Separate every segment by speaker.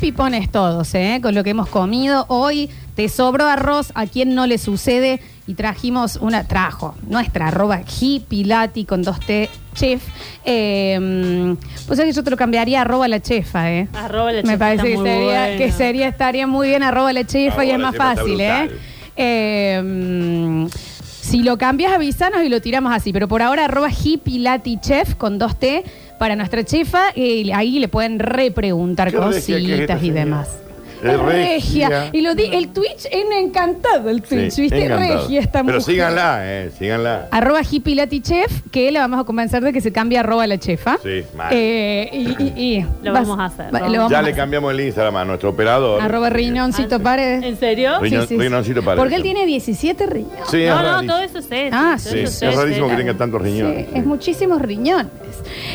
Speaker 1: pipones todos, ¿eh? Con lo que hemos comido hoy. Te sobró arroz, a quien no le sucede. Y trajimos una, trajo, nuestra arroba hipilati con dos T, chef. Eh, pues es que yo te lo cambiaría a arroba la chefa, ¿eh?
Speaker 2: Arroba la
Speaker 1: Me
Speaker 2: chefa
Speaker 1: parece que
Speaker 2: está muy
Speaker 1: sería,
Speaker 2: bueno.
Speaker 1: que sería, estaría muy bien arroba la chefa y es
Speaker 3: Arroba la
Speaker 1: más
Speaker 3: chefa está
Speaker 1: fácil, ¿eh?
Speaker 3: brutal.
Speaker 1: Eh, mm, si lo cambias, avisanos y lo tiramos así. Pero por ahora, arroba hippilatichef con dos T para nuestra chefa. y ahí le pueden repreguntar
Speaker 3: Qué regia que es esta
Speaker 1: cositas y
Speaker 3: señora.
Speaker 1: demás.
Speaker 3: Es
Speaker 1: Es
Speaker 3: regia.
Speaker 1: Y lo di, el Twitch, eh, me ha encantado el Twitch,
Speaker 3: Sí,
Speaker 1: ¿viste?
Speaker 3: encantado.
Speaker 1: Regia esta
Speaker 3: Pero
Speaker 1: mujer.
Speaker 3: síganla, eh, síganla.
Speaker 1: Arroba hippilatichef, que la vamos a convencer de que se cambie a arroba la chefa.
Speaker 3: Sí, mal.
Speaker 1: Eh, y, y- y-
Speaker 2: Lo
Speaker 1: vas-
Speaker 2: vamos a hacer,
Speaker 1: va-
Speaker 2: vamos.
Speaker 1: lo vamos
Speaker 3: Ya
Speaker 1: a
Speaker 3: le
Speaker 1: hacer.
Speaker 3: cambiamos el Instagram a nuestro operador.
Speaker 1: Arroba riñoncito paredes.
Speaker 2: ¿En serio?
Speaker 3: Riñón- riñoncito parece.
Speaker 1: Porque él tiene 17 riñones.
Speaker 3: Sí, es
Speaker 2: No, no,
Speaker 3: rarísimo.
Speaker 2: todo eso sé.
Speaker 1: Ah,
Speaker 2: todo
Speaker 1: sí.
Speaker 3: Sí,
Speaker 2: eso sé,
Speaker 3: es rarísimo
Speaker 2: sé.
Speaker 3: que tenga tantos riñones.
Speaker 1: Sí, es muchísimos riñones.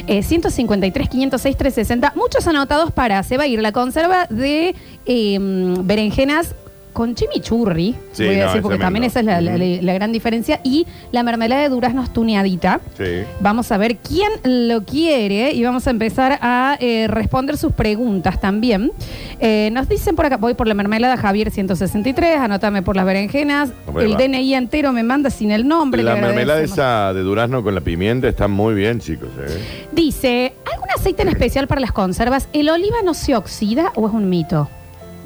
Speaker 1: Eh, 153, 506, 360. Muchos anotados para se va a ir la conserva de eh, berenjenas con chimichurri.
Speaker 3: Sí,
Speaker 1: voy a
Speaker 3: no,
Speaker 1: decir,
Speaker 3: es
Speaker 1: porque también
Speaker 3: tremendo.
Speaker 1: esa es la, la- la- la gran diferencia. Y la mermelada de duraznos tuneadita.
Speaker 3: Sí.
Speaker 1: Vamos a ver quién lo quiere y vamos a empezar a eh, responder sus preguntas también. Eh, nos dicen por acá, voy por la mermelada Javier 163, anótame por las berenjenas.
Speaker 3: Ahí
Speaker 1: el
Speaker 3: va.
Speaker 1: DNI entero me manda sin el nombre.
Speaker 3: La
Speaker 1: le
Speaker 3: mermelada
Speaker 1: agradecemos.
Speaker 3: esa de durazno con la pimienta está muy bien, chicos. eh.
Speaker 1: Dice, ¿algún aceite en especial para las conservas? ¿El oliva no se oxida o es un mito?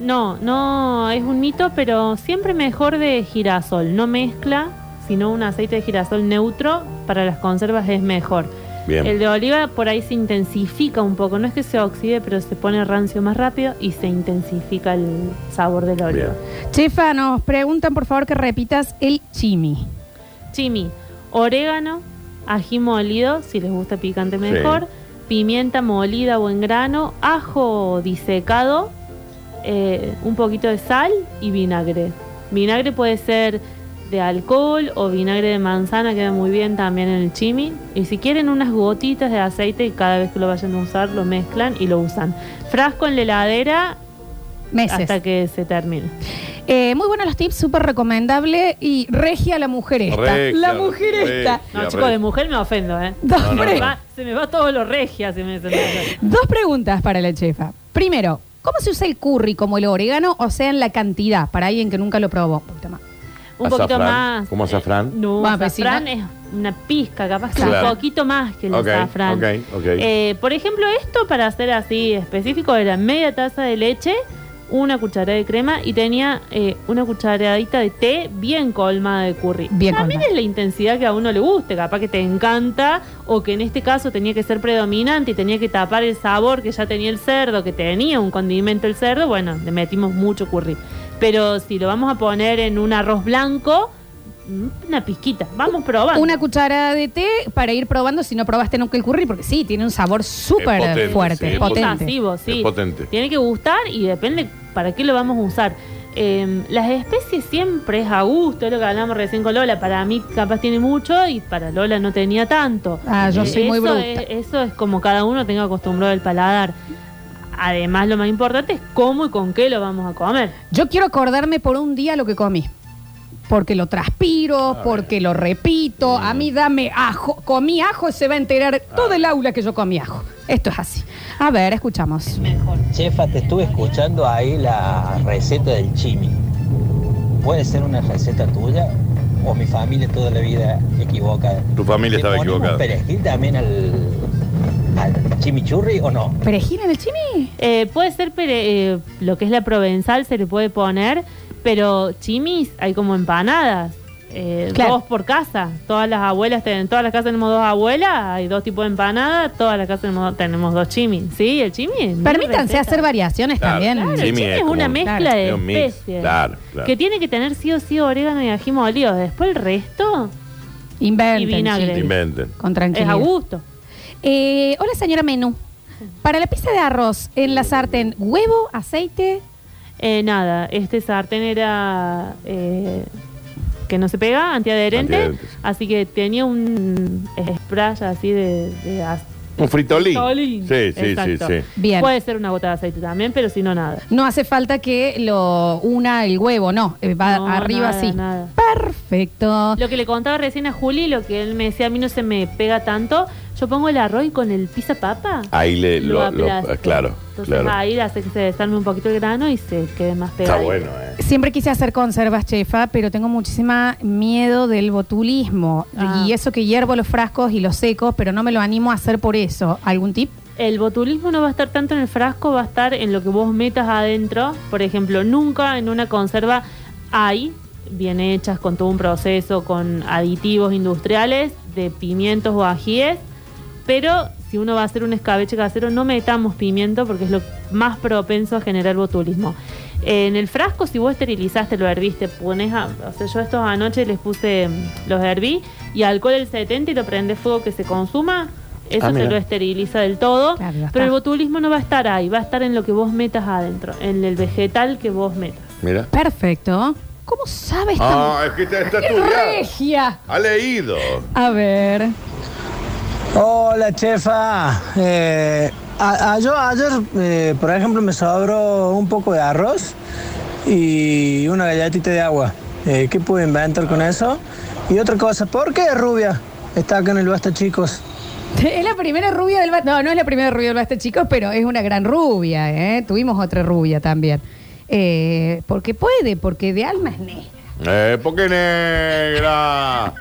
Speaker 2: No, no, es un mito, pero siempre mejor de girasol. No mezcla, sino un aceite de girasol neutro para las conservas es mejor.
Speaker 3: Bien.
Speaker 2: El de oliva por ahí se intensifica un poco. No es que se oxide, pero se pone rancio más rápido y se intensifica el sabor del oliva.
Speaker 3: Bien.
Speaker 1: Chefa, nos preguntan por favor que repitas el chimi.
Speaker 2: Chimi, orégano, ají molido, si les gusta picante mejor, pimienta molida o en grano, ajo disecado, eh, un poquito de sal y vinagre. Vinagre puede ser de alcohol o vinagre de manzana, queda muy bien también en el chimi. Y si quieren unas gotitas de aceite, y cada vez que lo vayan a usar, lo mezclan y lo usan. Frasco en la heladera
Speaker 1: Meses.
Speaker 2: hasta que se termine.
Speaker 1: Eh, muy buenos los tips, súper recomendable y regia la mujer esta.
Speaker 3: Regia,
Speaker 1: la mujer esta.
Speaker 3: regia.
Speaker 2: No,
Speaker 3: Ya,
Speaker 2: chicos,
Speaker 3: re-
Speaker 2: de mujer me ofendo, ¿eh?
Speaker 1: Dos,
Speaker 3: No, no,
Speaker 1: pre-
Speaker 3: no.
Speaker 2: Va- se me va todo lo regia. Se me, se me-
Speaker 1: dos preguntas para la chefa. Primero, ¿cómo se usa el curry como el orégano o sea en la cantidad para alguien que nunca lo probó? Un poquito más.
Speaker 2: un
Speaker 3: Azafrán.
Speaker 2: poquito más.
Speaker 3: ¿Cómo azafrán?
Speaker 2: Eh, no,
Speaker 1: Bueno, pero si
Speaker 2: azafrán
Speaker 1: no-
Speaker 2: es una pizca, capaz que
Speaker 3: Claro.
Speaker 2: un poquito más que el
Speaker 3: Ok,
Speaker 2: azafrán.
Speaker 3: ok, ok.
Speaker 2: Eh, por ejemplo, esto para hacer así específico era media taza de leche, una cucharada de crema y tenía eh, una cucharadita de té bien colmada de curry.
Speaker 1: Bien
Speaker 2: También
Speaker 1: colmada.
Speaker 2: es la intensidad que a uno le guste, capaz que te encanta o que en este caso tenía que ser predominante y tenía que tapar el sabor que ya tenía el cerdo, que tenía un condimento el cerdo, bueno, le metimos mucho curry. Pero si lo vamos a poner en un arroz blanco, mm, una pizquita, vamos probando.
Speaker 1: Una cucharada de té para ir probando si no probaste nunca el curry, porque sí, tiene un sabor súper
Speaker 3: potente,
Speaker 1: fuerte,
Speaker 3: sí, es
Speaker 1: potente.
Speaker 2: Pasivo, Ah, sí.
Speaker 3: Es potente.
Speaker 2: Tiene que gustar y depende para qué lo vamos a usar. Eh, las especies siempre es a gusto, es lo que hablamos recién con Lola. Para mí capaz tiene mucho y para Lola no tenía tanto.
Speaker 1: Ah, yo soy muy
Speaker 2: eso
Speaker 1: bruta.
Speaker 2: Es, eso es como cada uno tenga acostumbrado el paladar. Además, lo más importante es cómo y con qué lo vamos a comer.
Speaker 1: Yo quiero acordarme por un día lo que comí. Porque lo transpiro, porque lo repito. A
Speaker 3: Mm.
Speaker 1: mí dame ajo. Comí ajo, se va a enterar todo el aula que yo comí ajo. Esto es así. A ver, escuchamos.
Speaker 4: Chefa, te estuve escuchando ahí la receta del chimi. Puede ser una receta tuya o mi familia toda la vida equivocada.
Speaker 3: Tu familia
Speaker 4: ¿Le
Speaker 3: estaba
Speaker 4: ponemos
Speaker 3: equivocada.
Speaker 4: perejil también al, al chimichurri o no?
Speaker 1: ¿Perejil en el chimi?
Speaker 2: Eh, puede ser pere- eh, lo que es la provenzal, se le puede poner, pero chimis hay como empanadas. eh,
Speaker 1: Claro.
Speaker 2: Dos por casa. Todas las abuelas, tienen, todas las casas tenemos dos abuelas, hay dos tipos de empanadas, todas las casas tenemos, tenemos dos chimis. Sí, el chimi. es mira
Speaker 1: Permítanse
Speaker 2: receta.
Speaker 1: hacer variaciones
Speaker 3: Claro,
Speaker 1: también.
Speaker 2: Claro, el
Speaker 3: Chimi
Speaker 2: chimi
Speaker 3: es
Speaker 2: es
Speaker 3: como
Speaker 2: una
Speaker 3: un-
Speaker 2: mezcla
Speaker 1: Claro.
Speaker 2: de
Speaker 3: Es un mix,
Speaker 2: especies.
Speaker 3: claro, claro.
Speaker 2: Que tiene que tener sí o sí orégano y ají molido. Después el resto
Speaker 1: Inventen,
Speaker 2: Y vinagre.
Speaker 1: chicos,
Speaker 3: Inventen.
Speaker 1: Con
Speaker 2: es a
Speaker 1: tranquilidad.
Speaker 2: gusto.
Speaker 1: Eh, hola, señora Menú. Para la pizza de arroz, en la sartén, huevo, aceite.
Speaker 2: Eh, nada, este sartén era eh, que no se pega, antiadherente,
Speaker 3: Antiadherente, sí.
Speaker 2: así que tenía un spray así de, de az-
Speaker 3: Un fritolín.
Speaker 2: Fritolín.
Speaker 3: Sí, sí,
Speaker 2: Exacto.
Speaker 3: sí, sí.
Speaker 1: Bien.
Speaker 2: Puede ser una gota de aceite también, pero si no, nada.
Speaker 1: No hace falta que lo una el huevo, no. Eh, Va
Speaker 2: No,
Speaker 1: arriba
Speaker 2: nada,
Speaker 1: así.
Speaker 2: nada.
Speaker 1: Perfecto.
Speaker 2: Lo que le contaba recién a Juli, lo que él me decía, a mí no se me pega tanto. Yo pongo el arroz y con el pizza papa.
Speaker 3: Ahí le.
Speaker 2: lo
Speaker 3: Lo, lo-
Speaker 2: aplasto.
Speaker 3: claro,
Speaker 2: Entonces
Speaker 3: claro.
Speaker 2: ahí hace que se desarme un poquito el grano y se quede más
Speaker 3: Está
Speaker 2: pegado.
Speaker 3: bueno, ¿eh?
Speaker 1: Siempre quise hacer conservas, chefa, pero tengo muchísima miedo del botulismo.
Speaker 2: Ah.
Speaker 1: Y eso que hiervo los frascos y los secos, pero no me lo animo a hacer por eso. ¿Algún tip?
Speaker 2: El botulismo no va a estar tanto en el frasco, va a estar en lo que vos metas adentro. Por ejemplo, nunca en una conserva hay, bien hechas, con todo un proceso, con aditivos industriales, de pimientos o ajíes. Pero si uno va a hacer un escabeche casero, no metamos pimiento porque es lo más propenso a generar botulismo. Eh, En el frasco, si vos esterilizaste, lo herviste, pones a- o sea, yo estos anoche les puse, mm, los herví, y alcohol el 70 y lo prende fuego que se consuma, eso
Speaker 4: Ah,
Speaker 2: te
Speaker 4: mira.
Speaker 2: lo esteriliza del todo.
Speaker 1: Claro, ya está.
Speaker 2: pero el botulismo no va a estar ahí, va a estar en lo que vos metas adentro, en el vegetal que vos metas.
Speaker 3: Mira.
Speaker 1: Perfecto. ¿Cómo sabes
Speaker 3: Ah,
Speaker 1: tan
Speaker 3: es que está, está
Speaker 1: ¡Qué
Speaker 3: estudiado.
Speaker 1: regia?
Speaker 3: Ha leído.
Speaker 1: A ver.
Speaker 4: Hola, chefa. Eh, a- a- yo ayer, eh, por ejemplo, me sobró un poco de arroz y una galletita de agua. Eh, ¿Qué puedo inventar con eso? Y otra cosa, ¿por qué rubia? Está acá en el Basta, chicos.
Speaker 1: Es la primera rubia del Basta. No, no es la primera rubia del Basta, chicos, pero es una gran rubia, ¿eh? Tuvimos otra rubia también. Eh, porque puede, porque de alma es negra.
Speaker 3: Eh, ¿Por qué negra?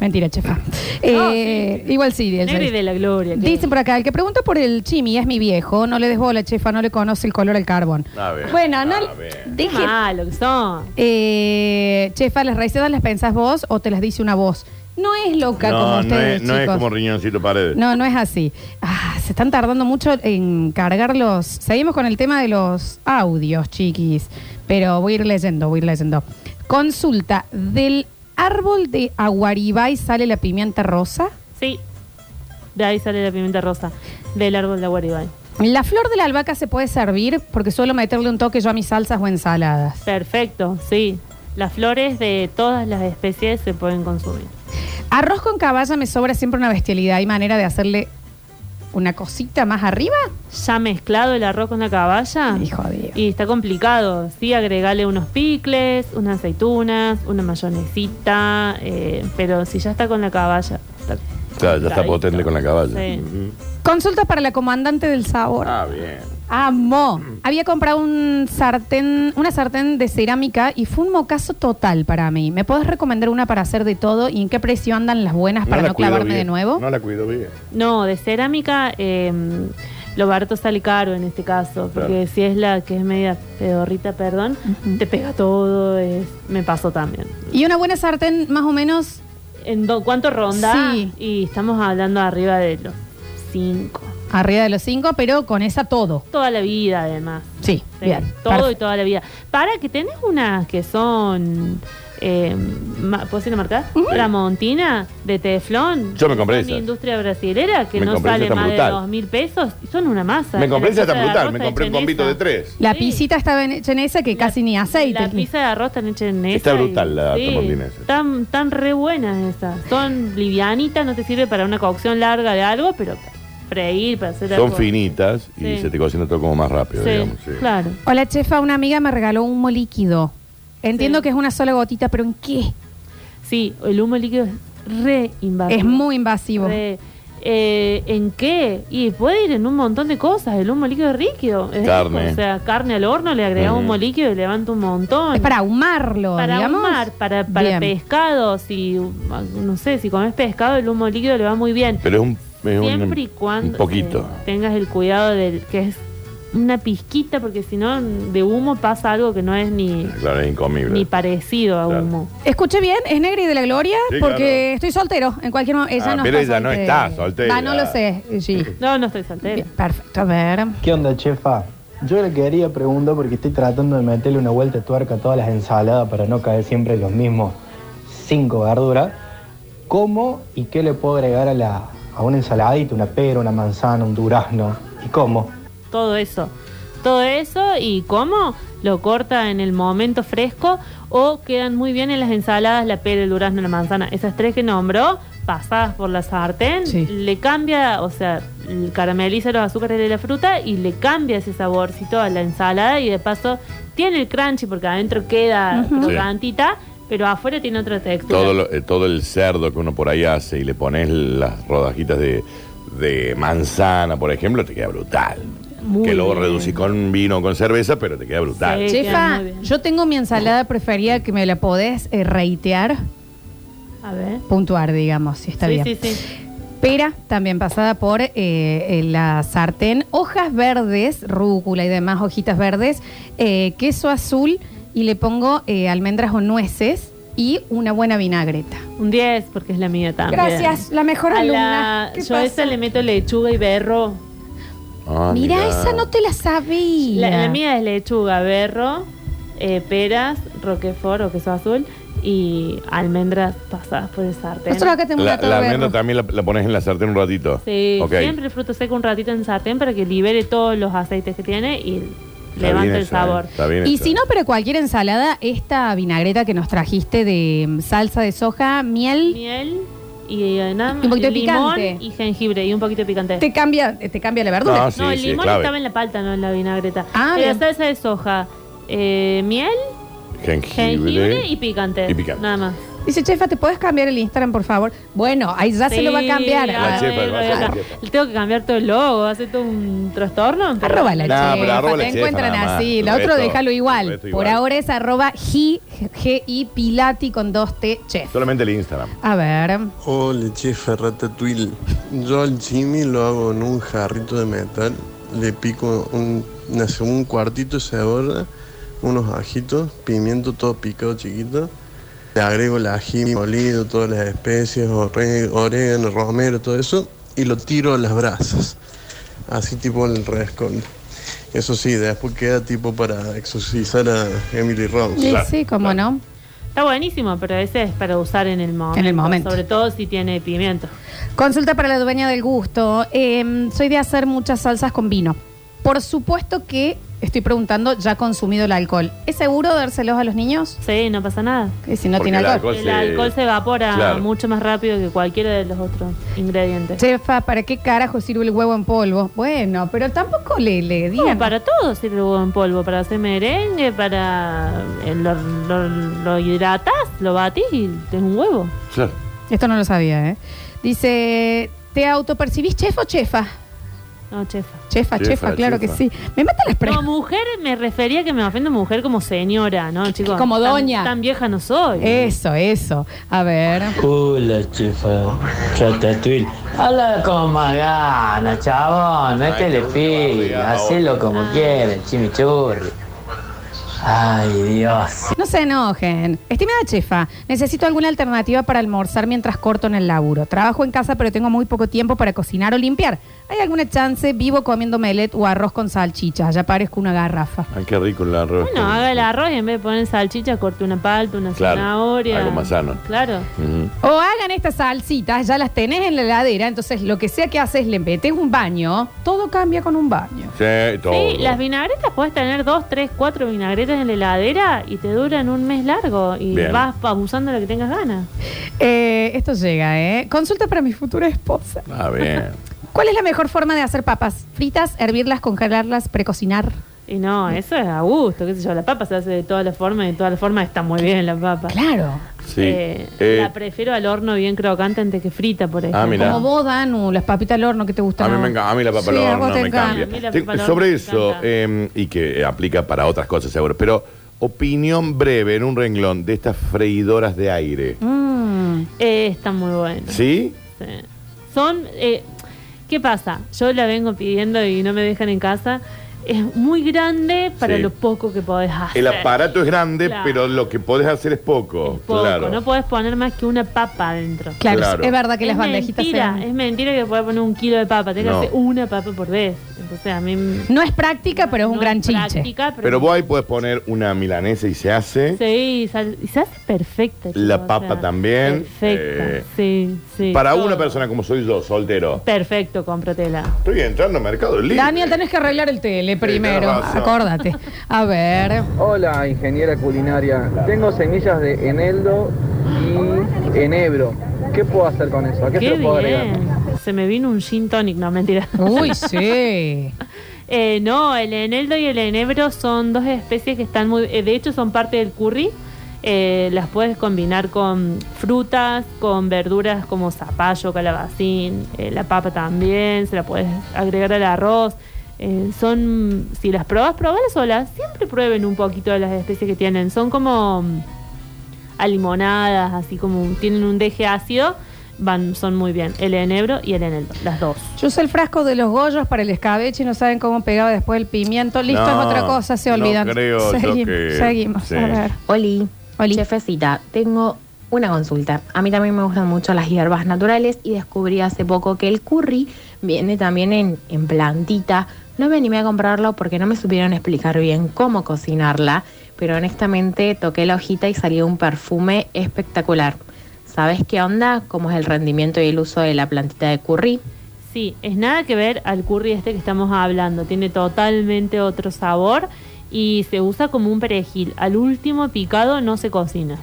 Speaker 1: Mentira, chefa. Eh, Igual sí. el-
Speaker 2: Negro y de la gloria. que-
Speaker 1: Dicen por acá, el que pregunta por el chimi es mi viejo, no le des bola, chefa, no le conoce el color al carbón.
Speaker 3: A ver,
Speaker 1: bueno,
Speaker 3: a
Speaker 1: no,
Speaker 3: ver.
Speaker 2: Qué
Speaker 1: deje-
Speaker 2: malo que son.
Speaker 1: Eh, chefa, ¿las raicedas las pensás vos o te las dice una voz? No es loca como
Speaker 3: No, no
Speaker 1: ustedes,
Speaker 3: es, no es
Speaker 1: chicos.
Speaker 3: como riñoncito paredes.
Speaker 1: No, no es así. Ah, se están tardando mucho en cargar los... Seguimos con el tema de los audios, chiquis. Pero voy a ir leyendo, voy a ir leyendo. Consulta, ¿del árbol de aguaribay sale la pimienta rosa?
Speaker 2: Sí, de ahí sale la pimienta rosa, del árbol de aguaribay.
Speaker 1: La flor de la albahaca se puede servir porque suelo meterle un toque yo a mis salsas o ensaladas.
Speaker 2: Perfecto, sí. Las flores de todas las especies se pueden consumir.
Speaker 1: Arroz con caballa me sobra siempre una bestialidad. ¿Hay manera de hacerle una cosita más arriba?
Speaker 2: Ya mezclado el arroz con la caballa.
Speaker 1: Hijo de Dios.
Speaker 2: Y está complicado, sí, agregarle unos picles, unas aceitunas, una mayonesita, eh, pero si ya está con la caballa. está
Speaker 3: Claro, ya está
Speaker 2: complicadito.
Speaker 3: potente con la caballa.
Speaker 2: Sí.
Speaker 3: Ujú.
Speaker 1: Consulta para la comandante del sabor.
Speaker 3: Ah, bien.
Speaker 1: Amo.
Speaker 2: Mm.
Speaker 1: Había comprado un sartén, una sartén de cerámica y fue un mocazo total para mí. ¿Me puedes recomendar una para hacer de todo y en qué precio andan las buenas Ah, para
Speaker 3: la
Speaker 1: no
Speaker 3: cuido
Speaker 1: clavarme
Speaker 3: bien.
Speaker 1: de nuevo?
Speaker 3: No la cuido bien.
Speaker 2: No, de cerámica, eh, lo barato sale caro en este caso, porque si es la que es media pedorrita, perdón, te pega todo, es- me pasó también.
Speaker 1: Y una buena sartén más o menos
Speaker 2: ¿En do- cuánto ronda?
Speaker 1: Sí.
Speaker 2: Y estamos hablando arriba de los cinco.
Speaker 1: arriba de los cinco, pero con esa todo.
Speaker 2: Toda la vida, además.
Speaker 1: Sí,
Speaker 2: Sí,
Speaker 1: bien.
Speaker 2: Todo
Speaker 1: Perfecto.
Speaker 2: y toda la vida. Para que tenés unas que son. Eh, ma- ¿Puedo decir la marca? Tramontina de Teflón.
Speaker 3: Yo me compré
Speaker 2: Son de
Speaker 3: esas.
Speaker 2: industria brasilera que
Speaker 3: Me
Speaker 2: no
Speaker 3: compré
Speaker 2: sale
Speaker 3: esas
Speaker 2: más
Speaker 3: brutal.
Speaker 2: de dos mil pesos. y Son una masa.
Speaker 3: me compré
Speaker 2: La
Speaker 3: esa
Speaker 2: pizza
Speaker 3: tan
Speaker 2: de
Speaker 3: brutal.
Speaker 2: arroz
Speaker 3: Me
Speaker 2: está
Speaker 3: compré un
Speaker 2: hecha en
Speaker 3: combito de
Speaker 2: esa.
Speaker 3: tres.
Speaker 1: La
Speaker 2: Sí.
Speaker 1: pisita estaba en- hecha en esa que casi ni aceite.
Speaker 2: La pizza de arroz están hecha en esa.
Speaker 3: Está
Speaker 2: y-
Speaker 3: brutal la tramontina esa.
Speaker 2: Están, están re buenas esas. Son livianitas, no te sirve para una cocción larga de algo, pero para freír, para hacer
Speaker 3: Son
Speaker 2: algo.
Speaker 3: finitas y
Speaker 2: Sí.
Speaker 3: se te cocina todo como más rápido,
Speaker 2: Sí,
Speaker 3: digamos. sí.
Speaker 2: claro.
Speaker 1: Hola, chefa, una amiga me regaló humo líquido. Entiendo
Speaker 2: Sí.
Speaker 1: que es una sola gotita, pero ¿en qué?
Speaker 2: Sí, el humo líquido es re invasivo.
Speaker 1: Es muy invasivo.
Speaker 2: Ah. Re- eh, ¿En qué? Y puede ir en un montón de cosas. El humo líquido es líquido. Es
Speaker 3: Carne.
Speaker 2: rico. O sea, carne al horno, le agregamos
Speaker 3: Ujú.
Speaker 2: humo líquido y levanta un montón.
Speaker 1: Es para ahumarlo,
Speaker 2: Para
Speaker 1: digamos.
Speaker 2: ahumar, para,
Speaker 1: Bien.
Speaker 2: para pescado. Si, no sé, si comes pescado, el humo líquido le va muy bien.
Speaker 3: Pero es un. es un-
Speaker 2: Siempre y cuando
Speaker 3: Un poquito.
Speaker 2: eh, tengas el cuidado del que es una pizquita, porque si no, de humo pasa algo que no es ni,
Speaker 3: Claro, es incomible.
Speaker 2: ni parecido a
Speaker 3: Claro.
Speaker 2: humo.
Speaker 1: Escuché bien, es negra y de la gloria,
Speaker 3: Sí,
Speaker 1: porque estoy soltero. En cualquier momento. Ella
Speaker 3: Ah,
Speaker 1: no
Speaker 3: pero
Speaker 1: está
Speaker 3: ella no
Speaker 1: soltera.
Speaker 3: está soltera.
Speaker 1: Ah, no lo sé, sí.
Speaker 2: No, no estoy soltera.
Speaker 1: Bien, Perfecto, a ver.
Speaker 5: ¿Qué onda, chefa? Yo le quería preguntar porque estoy tratando de meterle una vuelta de tuerca a todas las ensaladas para no caer siempre en los mismos cinco verduras. ¿Cómo y qué le puedo agregar a, la, a una ensaladita, una pera, una manzana, un durazno? ¿Y cómo?
Speaker 2: todo eso. Todo eso y cómo lo corta en el momento fresco o quedan muy bien en las ensaladas la pera, el durazno, la manzana. Esas tres que nombró, pasadas por la sartén,
Speaker 1: Sí.
Speaker 2: le cambia, o sea, l- carameliza los azúcares de la fruta y le cambia ese saborcito a la ensalada y de paso tiene el crunchy porque adentro queda
Speaker 1: Ujú.
Speaker 2: crocantita, Pero afuera tiene otra textura.
Speaker 3: Todo, lo- eh, todo el cerdo que uno por ahí hace y le pones las rodajitas de, de manzana, por ejemplo, te queda brutal.
Speaker 2: Muy
Speaker 3: que luego
Speaker 2: bien.
Speaker 3: reducís con vino o con cerveza, pero te queda brutal.
Speaker 2: Sí. queda
Speaker 1: Chefa,
Speaker 2: muy bien.
Speaker 1: yo tengo mi ensalada preferida que me la podés eh, reitear,
Speaker 2: A ver.
Speaker 1: puntuar, digamos, si está
Speaker 2: sí,
Speaker 1: bien.
Speaker 2: sí, sí.
Speaker 1: Pera, también pasada por eh, eh, la sartén. Hojas verdes, rúcula y demás hojitas verdes. eh, queso azul y le pongo eh, almendras o nueces y una buena vinagreta.
Speaker 2: Un 10, porque es la mía también.
Speaker 1: Gracias, la mejor
Speaker 2: A
Speaker 1: alumna.
Speaker 2: la-
Speaker 1: ¿Qué
Speaker 2: yo a
Speaker 1: pasa?
Speaker 2: esa le meto lechuga y berro.
Speaker 3: Ah,
Speaker 1: Mirá,
Speaker 3: mirá.
Speaker 1: esa no te la sabía.
Speaker 2: La, la mía es lechuga, berro, eh, peras, roquefort o queso azul y almendras pasadas por el sartén.
Speaker 1: Nosotros acá tenemos
Speaker 3: La,
Speaker 1: una torre
Speaker 3: la
Speaker 1: de
Speaker 3: almendra
Speaker 1: arroz.
Speaker 3: también la, la pones en la sartén un ratito.
Speaker 2: Sí,
Speaker 3: Ok.
Speaker 2: siempre el fruto seco un ratito en sartén para que libere todos los aceites que tiene y
Speaker 3: Está bien
Speaker 2: levante el
Speaker 3: eso, eh.
Speaker 2: sabor.
Speaker 3: Está bien
Speaker 1: Y
Speaker 3: eso.
Speaker 1: si no, pero cualquier ensalada, esta vinagreta que nos trajiste de mm, salsa de soja, miel,
Speaker 2: Miel y, eh, nada
Speaker 1: Y un poquito de
Speaker 2: limón
Speaker 1: picante.
Speaker 2: y jengibre y un poquito de picante.
Speaker 1: te cambia, te cambia la verdura.
Speaker 3: No, sí,
Speaker 2: no, el
Speaker 3: sí, es
Speaker 2: limón
Speaker 3: clave.
Speaker 2: estaba en la palta, no en la vinagreta.
Speaker 1: Ah,
Speaker 2: Pero
Speaker 1: bien.
Speaker 2: la salsa de soja, eh, miel, jengibre y picante.
Speaker 3: y picante.
Speaker 2: Nada más.
Speaker 1: Dice, chefa, ¿te puedes cambiar el Instagram, por favor? Bueno, ahí ya Ah, se lo va a
Speaker 2: Sí,
Speaker 1: cambiar.
Speaker 2: la
Speaker 3: La chefa,
Speaker 2: veo,
Speaker 3: va a ser
Speaker 2: la-
Speaker 3: la chefa.
Speaker 2: Ah, Le tengo que cambiar todo el logo, hace todo un trastorno. pero-
Speaker 1: Arroba la
Speaker 3: Nah, pero
Speaker 1: chefa,
Speaker 3: arroba
Speaker 1: te
Speaker 3: la chefa
Speaker 1: encuentran
Speaker 3: nada más.
Speaker 1: así.
Speaker 3: El
Speaker 1: La otro
Speaker 3: resto-
Speaker 1: déjalo
Speaker 3: el
Speaker 1: igual.
Speaker 3: resto
Speaker 1: Por
Speaker 3: igual.
Speaker 1: ahora es arroba gi, g, i, pilati con dos t, chef.
Speaker 3: Solamente el Instagram.
Speaker 1: A ver,
Speaker 6: Hola, chef Ratatouille. Yo al Jimmy lo hago en un jarrito de metal, le pico un, una- un cuartito de cebolla, unos ajitos, pimiento todo picado chiquito. Le agrego el ají molido, todas las especies, oré- orégano, romero, todo eso, y lo tiro a las brasas. Así tipo el rescol. Eso sí, después queda tipo para exorcizar a Emily Rose.
Speaker 1: Y
Speaker 3: Claro,
Speaker 1: sí, cómo no.
Speaker 2: Está buenísimo, pero ese es para usar en el momento.
Speaker 1: En el momento.
Speaker 2: Sobre todo si tiene pimiento.
Speaker 1: Consulta para la dueña del gusto. Eh, soy de hacer muchas salsas con vino. Por supuesto que estoy preguntando, ya consumido el alcohol. ¿Es seguro dárselos a los niños?
Speaker 2: Sí, no pasa nada.
Speaker 1: Que si no
Speaker 3: Porque
Speaker 1: tiene
Speaker 3: el
Speaker 1: alcohol.
Speaker 3: Pues,
Speaker 2: el
Speaker 3: eh,
Speaker 2: alcohol se evapora
Speaker 3: claro.
Speaker 2: mucho más rápido que cualquiera de los otros ingredientes.
Speaker 1: Chefa, ¿para qué carajo sirve el huevo en polvo? Bueno, pero tampoco le, le
Speaker 2: No,
Speaker 1: digan.
Speaker 2: para todo sirve el huevo en polvo, para hacer merengue, para eh, lo, lo- lo hidratas, lo batís y es un huevo.
Speaker 3: Claro.
Speaker 1: Esto no lo sabía, ¿eh? Dice, ¿te autopercibís chef o chefa?
Speaker 2: No, chefa.
Speaker 1: Chefa, chefa,
Speaker 3: Chefa,
Speaker 1: claro
Speaker 3: chefa.
Speaker 1: que sí. Me mata la
Speaker 2: Como
Speaker 1: expresión.
Speaker 2: mujer me refería que me ofende mujer como señora, ¿no, chicos?
Speaker 1: Como
Speaker 2: Tan-
Speaker 1: doña.
Speaker 2: Tan, vieja no soy.
Speaker 1: Eso, eso. A ver.
Speaker 7: Hola, chefa. Ratatouille. Habla como más ganas, chabón. No es que le pide. Hacelo como quieres, chimichurri. Ay, Dios.
Speaker 1: No se enojen. Estimada chefa, necesito alguna alternativa para almorzar mientras corto en el laburo. Trabajo en casa, pero tengo muy poco tiempo para cocinar o limpiar. ¿Hay alguna chance? Vivo comiendo melet o arroz con salchicha. Ya parezco una garrafa.
Speaker 3: Ay, qué rico el arroz.
Speaker 2: Bueno, haga el arroz y en vez de poner salchicha, corte una palta, una
Speaker 3: Claro,
Speaker 2: zanahoria.
Speaker 3: algo más sano.
Speaker 2: Claro.
Speaker 3: Ujú.
Speaker 1: O hagan estas salsitas, ya las tenés en la heladera, entonces lo que sea que haces, le metes un baño, todo cambia con un baño.
Speaker 3: Sí, todo.
Speaker 2: Sí, las vinagretas puedes tener dos, tres, cuatro vinagretas en la heladera y te duran un mes largo y
Speaker 3: Bien.
Speaker 2: vas pausando lo que tengas ganas.
Speaker 1: Eh, esto llega, ¿eh? Consulta para mi futura esposa.
Speaker 3: Ah, bien.
Speaker 1: ¿Cuál es la mejor forma de hacer papas? ¿Fritas, hervirlas, congelarlas, precocinar?
Speaker 2: Y
Speaker 3: Mm.
Speaker 2: no, eso es a gusto, qué sé yo, la papa se hace de todas las formas y de todas las formas está muy bien la papa.
Speaker 1: Claro.
Speaker 3: Sí.
Speaker 2: Eh,
Speaker 3: Eh, Ah,
Speaker 2: la prefiero al horno bien crocante antes que frita, por ejemplo.
Speaker 3: mirá.
Speaker 1: Como vos, Danu, las papitas al horno que te gustan.
Speaker 3: a mí, me encanta, a mí la papa
Speaker 1: Sí,
Speaker 3: al
Speaker 1: a
Speaker 3: horno
Speaker 1: vos te
Speaker 3: me
Speaker 1: encanta.
Speaker 3: cambia.
Speaker 2: A mí la
Speaker 3: Te-
Speaker 2: papa al horno
Speaker 3: sobre
Speaker 2: me
Speaker 3: eso,
Speaker 2: encanta.
Speaker 3: eh, y que aplica para otras cosas seguro, pero opinión breve en un renglón de estas freidoras de aire.
Speaker 1: Mm.
Speaker 2: Eh, está muy bueno.
Speaker 3: ¿Sí?
Speaker 2: Sí. Son. eh, ¿Qué pasa? Yo la vengo pidiendo y no me dejan en casa. Es muy grande para
Speaker 3: Sí.
Speaker 2: lo poco que podés hacer.
Speaker 3: El aparato es grande,
Speaker 2: Claro.
Speaker 3: pero lo que podés hacer es poco.
Speaker 2: Poco,
Speaker 3: claro.
Speaker 2: No podés poner más que una papa adentro.
Speaker 1: Claro,
Speaker 3: Claro.
Speaker 1: es verdad que
Speaker 2: es
Speaker 1: las bandejitas
Speaker 2: mentira,
Speaker 1: sean-
Speaker 2: es mentira que podés poner un kilo de papa. Tenés
Speaker 3: No.
Speaker 2: que hacer una papa por vez. Entonces a mí.
Speaker 1: No es práctica, pero es un
Speaker 2: no
Speaker 1: gran chinche.
Speaker 2: práctica, pero,
Speaker 3: pero vos ahí podés poner una milanesa y se hace.
Speaker 2: Sí, y sal- y se hace perfecta.
Speaker 3: La
Speaker 2: chicos,
Speaker 3: papa también,
Speaker 2: Perfecta.
Speaker 3: eh,
Speaker 2: sí, sí.
Speaker 3: Para
Speaker 2: todo.
Speaker 3: una persona como soy yo, soltero.
Speaker 2: Perfecto, cómpratela.
Speaker 3: Estoy entrando al mercado libre.
Speaker 1: Daniel, tenés que arreglar el tele primero.
Speaker 3: tenés razón.
Speaker 1: Acórdate. A ver.
Speaker 8: Hola, ingeniera culinaria. Tengo semillas de eneldo y enebro. ¿Qué puedo hacer con eso? ¿A qué,
Speaker 2: Qué
Speaker 8: se lo puedo agregar?
Speaker 2: bien. Se me vino un gin tonic, no, mentira.
Speaker 1: Uy, sí.
Speaker 2: Eh, no, el eneldo y el enebro son dos especies que están muy... eh, de hecho, son parte del curry. eh, las puedes combinar con frutas, con verduras como zapallo, calabacín, eh, la papa también, se la puedes agregar al arroz. Eh, son, si las probas, probalas solas. Siempre prueben un poquito de las especies que tienen. Son como mm, a limonadas, así como tienen un deje ácido. Van, son muy bien, el enebro y el eneldo, las dos.
Speaker 1: Yo usé el frasco de los goyos para el escabeche y no saben cómo pegaba después el pimiento. Listo,
Speaker 3: No,
Speaker 1: es otra cosa, se
Speaker 3: no
Speaker 1: olvidan.
Speaker 3: creo yo
Speaker 1: seguimos,
Speaker 3: que-
Speaker 1: seguimos.
Speaker 3: sí.
Speaker 1: A ver.
Speaker 9: Oli,
Speaker 1: Oli.
Speaker 9: chefecita, tengo una consulta. A mí también me gustan mucho las hierbas naturales y descubrí hace poco que el curry viene también en, en plantita. No me animé a comprarlo porque no me supieron explicar bien cómo cocinarla, pero honestamente toqué la hojita y salió un perfume espectacular. ¿Sabes qué onda? ¿Cómo es el rendimiento y el uso de la plantita de curry?
Speaker 2: Sí, es nada que ver al curry este que estamos hablando. Tiene totalmente otro sabor y se usa como un perejil. Al último picado no se cocina.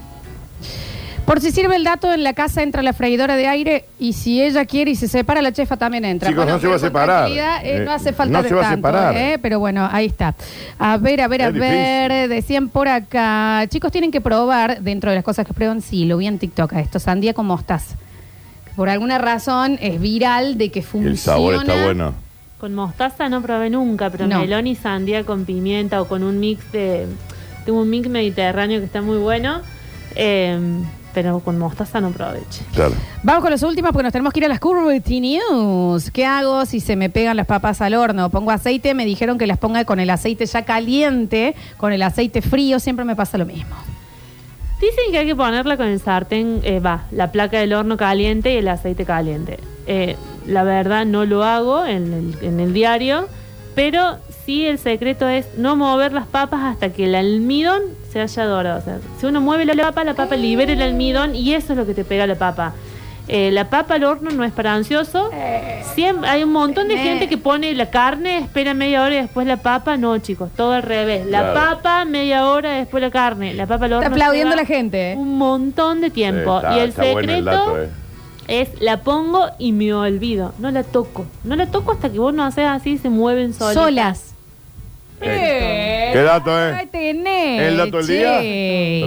Speaker 1: Por si sirve el dato, en la casa entra la freidora de aire y si ella quiere y se separa, la chefa también entra.
Speaker 3: Chicos, no se
Speaker 1: pero
Speaker 3: va a
Speaker 1: con
Speaker 3: separar.
Speaker 1: tranquilidad, eh,
Speaker 3: Eh,
Speaker 1: no hace falta
Speaker 3: no se va a
Speaker 1: tanto,
Speaker 3: separar.
Speaker 1: eh, pero bueno, ahí está. A ver, a ver, a
Speaker 3: Es
Speaker 1: ver.
Speaker 3: difícil.
Speaker 1: Decían por acá, chicos, tienen que probar, dentro de las cosas que prueban, sí, lo vi en TikTok, a esto, sandía con mostaza. Por alguna razón es viral de que funciona.
Speaker 3: El sabor está bueno.
Speaker 2: Con mostaza no probé nunca, pero
Speaker 1: No.
Speaker 2: melón y sandía con pimienta o con un mix de... Tengo un mix mediterráneo que está muy bueno, eh, pero con mostaza no probé. che.
Speaker 3: Claro.
Speaker 1: Vamos con las últimas porque nos tenemos que ir a las Curvity News. ¿Qué hago si se me pegan las papas al horno? Pongo aceite, me dijeron que las ponga con el aceite ya caliente, con el aceite frío, siempre me pasa lo mismo.
Speaker 2: Dicen que hay que ponerla con el sartén, eh, va, la placa del horno caliente y el aceite caliente. Eh, la verdad no lo hago en el, en el diario, pero sí el secreto es no mover las papas hasta que el almidón se haya dorado. O sea, si uno mueve la papa, la papa libera el almidón y eso es lo que te pega a la papa. Eh, la papa al horno no es para ansioso. Siem- hay un montón de
Speaker 1: eh.
Speaker 2: gente que pone la carne, espera media hora y después la papa. No, chicos, todo al revés. La
Speaker 3: Claro.
Speaker 2: papa, media hora, después la carne. La papa al horno.
Speaker 1: Está aplaudiendo
Speaker 2: lleva
Speaker 1: la gente, ¿eh?
Speaker 2: Un montón de tiempo.
Speaker 3: Sí, está-
Speaker 2: y el
Speaker 3: está bueno
Speaker 2: secreto
Speaker 3: el dato, eh.
Speaker 2: es la pongo y me olvido. No la toco. No la toco hasta que vos no haces así y se mueven solas.
Speaker 1: Solas.
Speaker 3: Eh, ¿Qué dato es?
Speaker 1: Ahí tenés,
Speaker 3: ¿El dato del
Speaker 1: che.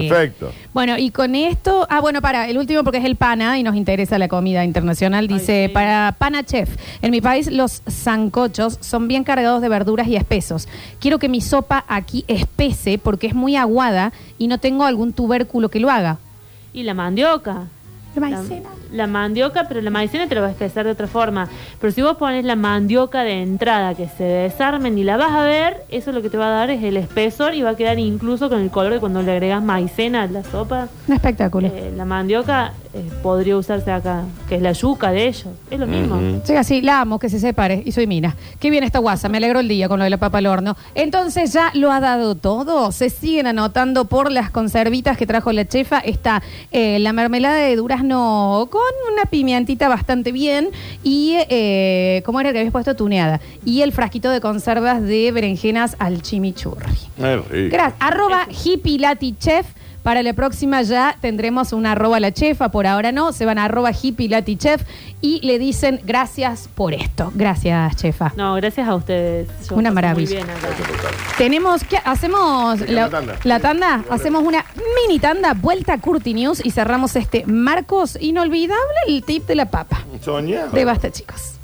Speaker 3: día? Perfecto.
Speaker 1: Bueno, y con esto, ah, bueno, para, el último porque es el pana y nos interesa la comida internacional, dice,
Speaker 2: sí.
Speaker 1: para Pana Chef, en mi país los zancochos son bien cargados de verduras y espesos. Quiero que mi sopa aquí espese porque es muy aguada y no tengo algún tubérculo que lo haga.
Speaker 2: Y la mandioca.
Speaker 1: La
Speaker 2: La, la mandioca, pero la maicena te la vas a espesar de otra forma. Pero si vos pones la mandioca de entrada que se desarmen y la vas a ver, eso lo que te va a dar es el espesor y va a quedar incluso con el color de cuando le agregas maicena a la sopa.
Speaker 1: Un espectáculo.
Speaker 2: Eh, la mandioca eh, podría usarse acá, que es la yuca de ellos. Es lo mismo.
Speaker 3: Ujú.
Speaker 1: Sí, así, la amo, que se separe. Y soy Mina. Qué bien esta guasa, me alegro el día con lo de la papa al horno. Entonces ya lo ha dado todo. Se siguen anotando por las conservitas que trajo la chefa. Está eh, la mermelada de durazno con una pimientita bastante bien. Y, eh, ¿cómo era que habías puesto? Tuneada. Y el frasquito de conservas de berenjenas al chimichurri.
Speaker 3: Es rico.
Speaker 1: Gracias. Arroba hippilatichef. Para la próxima ya tendremos una arroba la chefa, por ahora no, se van a arroba hippilatichef y le dicen gracias por esto. Gracias, chefa.
Speaker 2: No, gracias a ustedes. Yo
Speaker 1: Una
Speaker 2: pasé muy
Speaker 1: maravilla.
Speaker 2: bien acá.
Speaker 1: Tenemos que, hacemos
Speaker 3: Sí,
Speaker 1: la,
Speaker 3: la tanda.
Speaker 1: la tanda, hacemos una mini tanda, vuelta a Curti News y cerramos este Marcos inolvidable, el tip de la papa.
Speaker 3: Soñado.
Speaker 1: De basta, chicos.